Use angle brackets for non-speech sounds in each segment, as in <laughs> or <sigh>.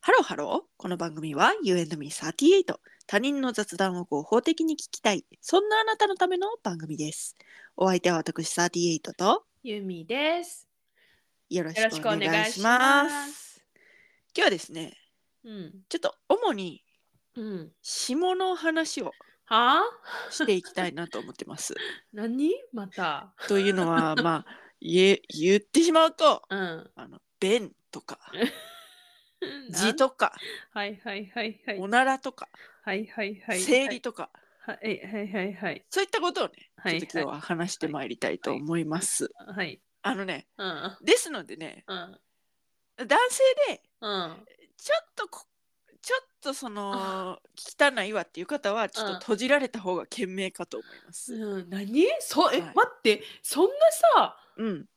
ハロー。この番組は You and me38。他人の雑談を合法的に聞きたい。そんなあなたのための番組です。お相手は私38とゆみです。よろしよろしくくおお願願いいししま。ますす。今日はですね、うん。ちょっと主にうん。下の話をはあ？していきたいなと思って <laughs> ます。何？また。というのは、まあ、言え言ってしまうと、うん。あの、便とか、字。とか、はいはいはいはい。おならとか、はいはいはい。生理。とか、はいはいはいはい。そういったことをね、はいはいちょっと今日は話してまいりたいと思います。はい。あのね、うん。ですのでね、うん。男性でうん。ちょっとこちょっとその汚いわっていう方はちょっと閉じられた方が賢明かと思います。うん、何そうえ、はい待ってそんなさうん、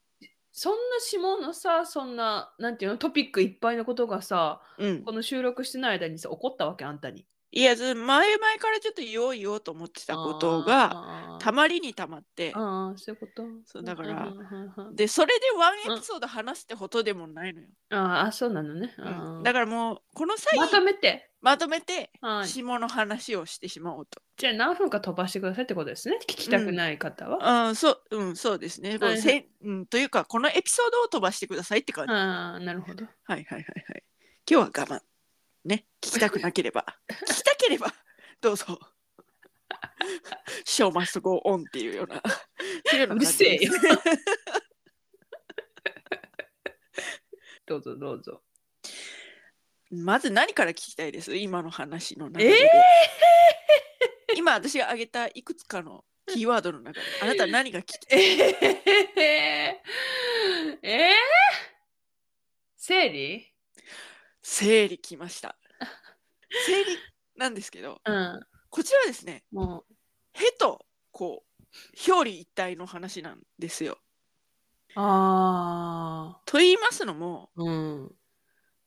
そんな下のさそんななんていうのトピックいっぱいのことがさうんこ。の収録してない間にさ起こったわけあんたに。いや、ず前々からちょっと言おう言おうと思ってたことがあーたまりにたまって、ああそういうことそうだからうんうんうんうんでそれでワンエピソード話すってことでもないのよ。ああそうなのね、うんうんだからもうこの際まとめて、まとめてはい、下の話をしてしまおうと。じゃあ何分か飛ばしてくださいってことですね聞きたくない方は、うん、そう、うん、そうですね。こうはいはいせんうん、というかこのエピソードを飛ばしてくださいって感じ。ああなるほどはいはいはいはい。今日は我慢。ね、聞きたくなけれ <laughs> ば。聞きたければ、どうぞ。ショーマストゴーオンっていうような。そういうような感じですうどうぞどうぞまず何から聞きたいです今の話の中えで。今私が挙げたいくつかのキーワードの中で、あなたは何が聞きえー、たいえー、えー、生理生理来ました。生理なんですけど、うんこちらはですね、もうへとこう、表裏一体の話なんですよ。ああと言いますのも、うん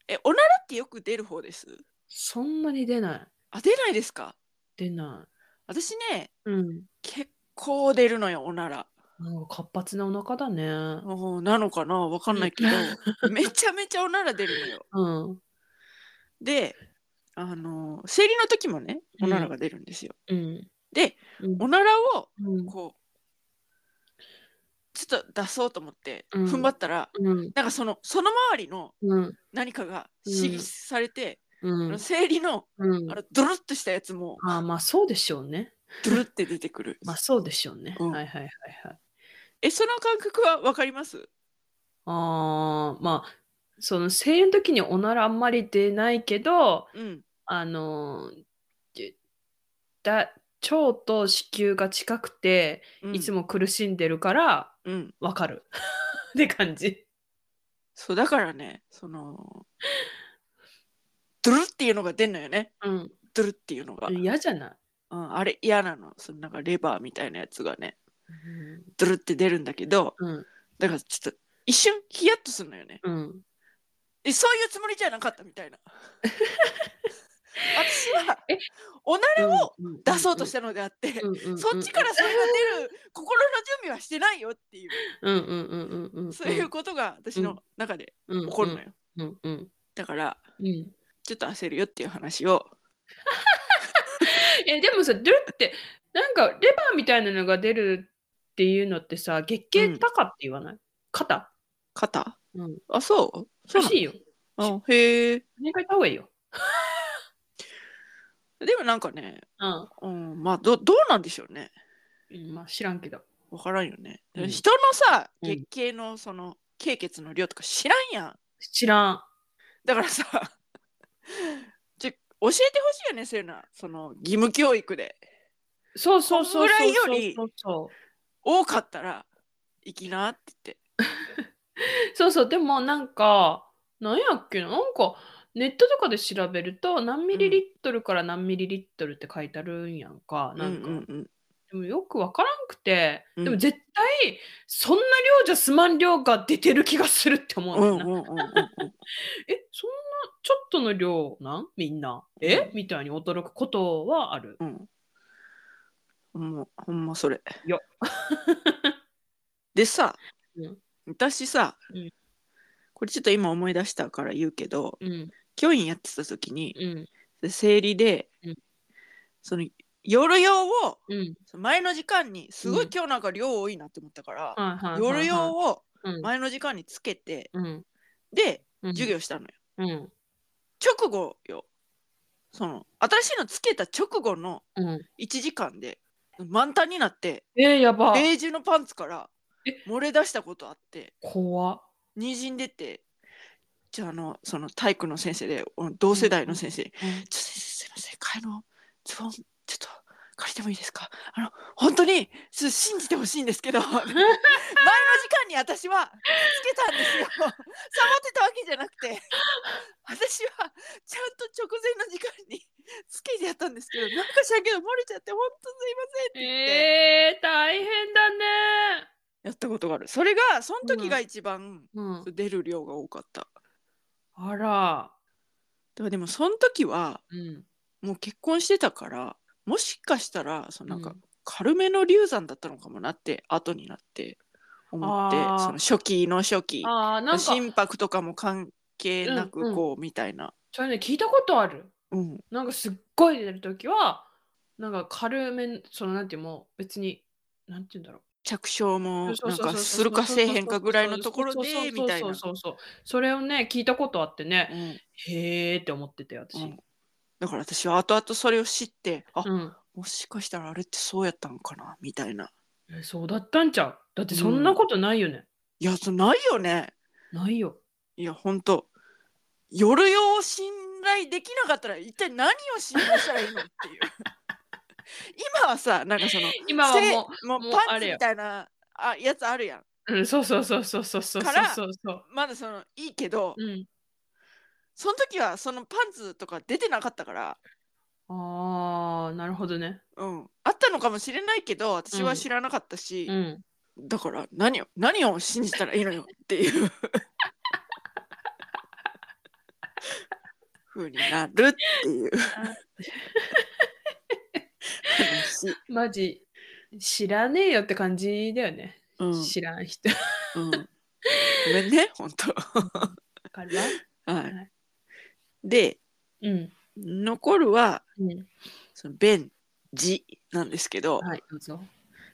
え、おならってよく出る方です。そんなに出ないあ、出ないですか。出な私ね、いうん結構出るのよ、おなら。なんか活発なお腹だねおーなのかな、わかんないけど、めちゃめちゃおなら出るのよ。うんで、あのー生理の時もね、おならが出るんですよ。うんで、うんおならをうんこう、ちょっと出そうと思って、うん踏ん張ったら、うんなんかその、その周りのうん何かがうん刺激されて、うあのん生理の、うんあの、ドロッとしたやつも、あーまあそうでしょうね。ドロッて出てくる。まあそうでしょうね。うんはいはいはいはい。え、その感覚はわかりますああまあその生理の時におならあんまり出ないけどうん。あのーじだ腸と子宮が近くてうんいつも苦しんでるからうん、わかる、 <laughs> って感じ。そうだからねそのドゥルっていうのが出んのよねうんドゥルっていうのが、嫌じゃない。うん、あれ嫌なのそのなんかレバーみたいなやつがねドゥルって出るんだけどうんだからちょっと一瞬ヒヤッとするのよねうんえそういうつもりじゃなかったみ <laughs> たいな私はえおならをうん出そうとしたのであって、うんうんうんそっちからそれが出る心の準備はしてないよっていう、うんうんうんうんうんうんそういうことが私の中で起こるのよ、うんうんだからうんちょっと焦るよっていう話をえでもさ、ドゥルって、なんかレバーみたいなのが出るっていうのってさ、月経高って言わない、肩肩うん。あ、そうらしいよ。なのあへえ。お願いた方がいいよ。でもなんかね、うんうん、まあど、どうなんでしょうね。うん。まあ知らんけど。わからんよね。うん人のさ、うん月経のその、経血の量とか知らんやん。知らん。だからさ、 <laughs> ちょ教えてほしいよね、そういうのは。その、義務教育で。そうそうそうそこんう。ぐらいよりそうそう多かったら、行きなって言って。そう。そうそう。でもなんか、なんやっけななんか、ネットとかで調べると、何ミリリットルから何ミリリットルって書いてあるんやんか。なんか。うんうんうん、でもよくわからんくて、うんでも絶対、そんな量じゃすまん量が出てる気がするって思ううんだうよんな。うんうんうん。えそんなちょっとの量なんみんなえみたいに驚くことはあるうん。ほんま、ほんまそれ。よでさ、うん私さ、うんこれちょっと今思い出したから言うけど、うん去教員やってた時にうん。生理で、うんその夜用をうん。その前の時間にすごいうん今日なんか量多いなって思ったから、はいはいはいはい。夜用をうん。前の時間につけてうん。でうん授。業したのよ。うん。直後よその新しいのつけた直後のうん。 1時間で満タンになってえー、やば。ベージュのパンツから漏れ出したことあって怖っ。にじんでてじゃああのその体育の先生でお同世代の先生、うんちょっと先生すいません替えのズボンちょっと借りてもいいですかあの本当にちょっと信じてほしいんです <laughs> けど前の時間に私はつけたんですよサボってたわけじゃなくて私はちゃんと直前の時間につけてやったんですけどなんかしらんけど漏れちゃって本当すいませんって言って、えー、大変だね。やったことがあるそれがその時が一番うん。出る量が多かった、だあら。からでもその時はうん。もう結婚してたからもしかしたらそのなんか、うん軽めの流産だったのかもなって後になって思ってあーその初期の初期ああ、なんか、そういう心拍とかも関係なうんうんくこうみたいな、の聞いたことある。うん、なんかすっごい出るときは、なんか軽め、そのなんていうのもう別に、なんていうんだろう。着床もそうなんそうそうかそうするかせえへんかぐらいのところそうそうでみたいな、そうそうそうそうそれをね聞いたことあってねうんへーって思ってたよ私、うんだから私は後々それを知ってあ、うんもしかしたらあれってそうやったんかなみたいなえそうだったんちゃうだってそんなことないよね、いやそないよねないよいや本当夜用を信頼できなかったら一体何を信頼したらいいのって <laughs> いう今はさなんかその今はもせももうパあンツれよみたいなあやつあるやんう、うん、そうそうそうそうそうそうそうからそうそうまだそのいいけど、うんその時はそのパンツとか出てなかったから、あーなるほどねうん、あったのかもしれないけど私は知らなかったしう、んだから何を何を信じたらいいのよって <laughs> いう風になるっていう話。マジ知らねえよって感じだよね、うん、うん、知らん人わごめんね、本当。かるわはい。で、うん残るはうんその便字なんですけど、はいどうぞ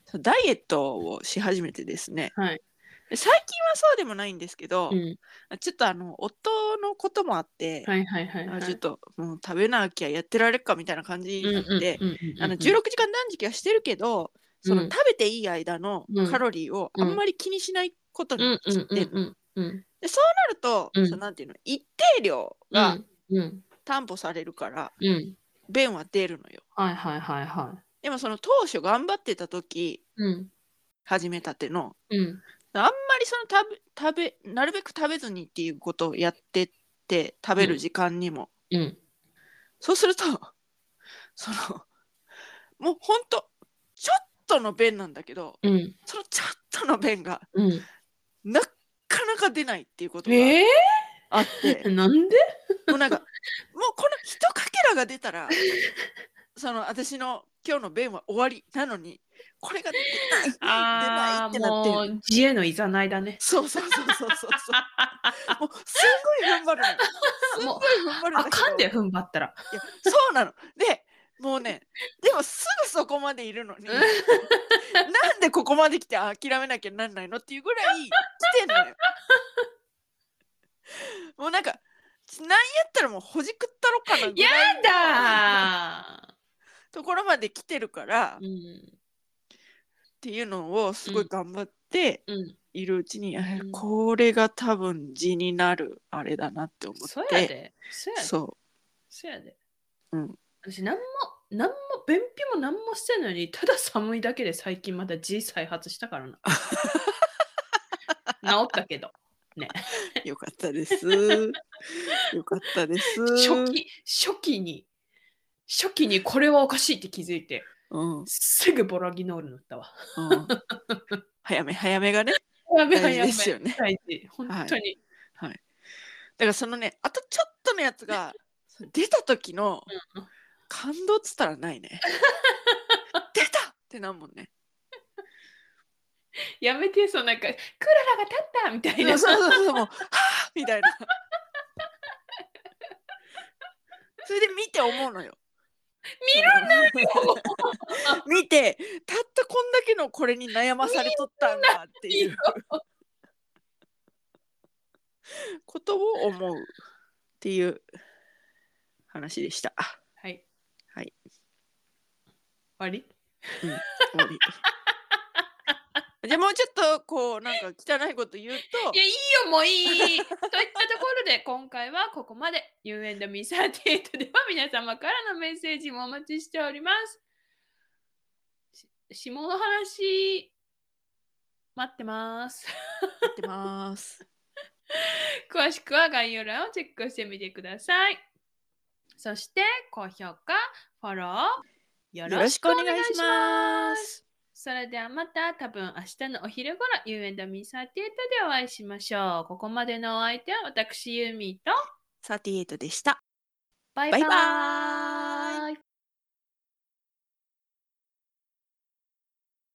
そのダイエットをし始めてですね。はいで最近はそうでもないんですけど、うんちょっとあの夫のこともあって、はいはいはいはいあちょっともう食べなきゃやってられっかみたいな感じうにんなうっんうんて、うんうんあの16時間断食はしてるけど、そのうん食べていい間のカロリーをあんまり気にしないことにうんうしんてるうんうんうんでそうなると、うんそのなんていうの一定量がうん担保されるから、うん便は出るのよはいはいはいはでもその当初頑張ってた時いうん始めたてのうんあんまりその食べ食べなるべく食べずにっていうことをやってって食べる時間にも、うんそうすると <laughs> そのもうほんとちょっとの便なんだけどうんそのちょっとの便がうんなかなか出ないっていうことがえあって、 <laughs> ー、なんでもうなんかもうこの一かけらが出たら <laughs> その私の今日の便は終わりなのにこれが出ない出ないあっあてなってもう自衛のいざないだねそうそうそうそうそうそうもうすんごい頑張るの <laughs> もうすんごい頑張るんあだけどかんで踏ん張ったらいやそうなのでもうねでもすぐそこまでいるのにうん <laughs> なんでここまで来て諦めなきゃなんないのっていうぐらい来てんのよもうなんかなんやったらもうほじくったろかなぐらいやだところまで来てるからっーうんていうのをすごい頑張ってうんいるうちに、あうんこれが多分字になるあれだなって思ってそうやでそうやでそそうやでうん私なんもなんも便秘もなんもしてんのにただ寒いだけで最近また G 再発したからな <laughs> 治ったけど <laughs> うよかったですよかったです初期初期に初期にこれはおかしいって気づいてうんうん、すぐボラギノール塗ったわ。早め早めが <laughs> ねやべ大や事でべすよね大事本当に、だからそのねあとちょっとのやつがその出た時のうん感動っつったらない <laughs> ね出たってなんもんねやめてそうなんかクララが立ったみたいそうなそうそうそうもうはあみたいな <laughs> それで見て思うのよ。見る <laughs> 見てたったこんだけのこれに悩まされとったんだっていうことを思うっていう話でした。はい。はい。終わりうん、終わりじゃあもうちょっとこうなんか汚いこと言うといや、いいよ、もういい。といったところで、今回はここまで。You and me38 では皆様からのメッセージもお待ちしております。し下の話、待ってます。言ってます。詳しくは概要欄をチェックしてみてください。そして、高評価、フォロー、よよろしくお願いします。それではまた多分明日のお昼ごろ You and me38 でお会いしましょう。ここまでのお相手は私ユーミーと38でした。バイババイバイ。ーイ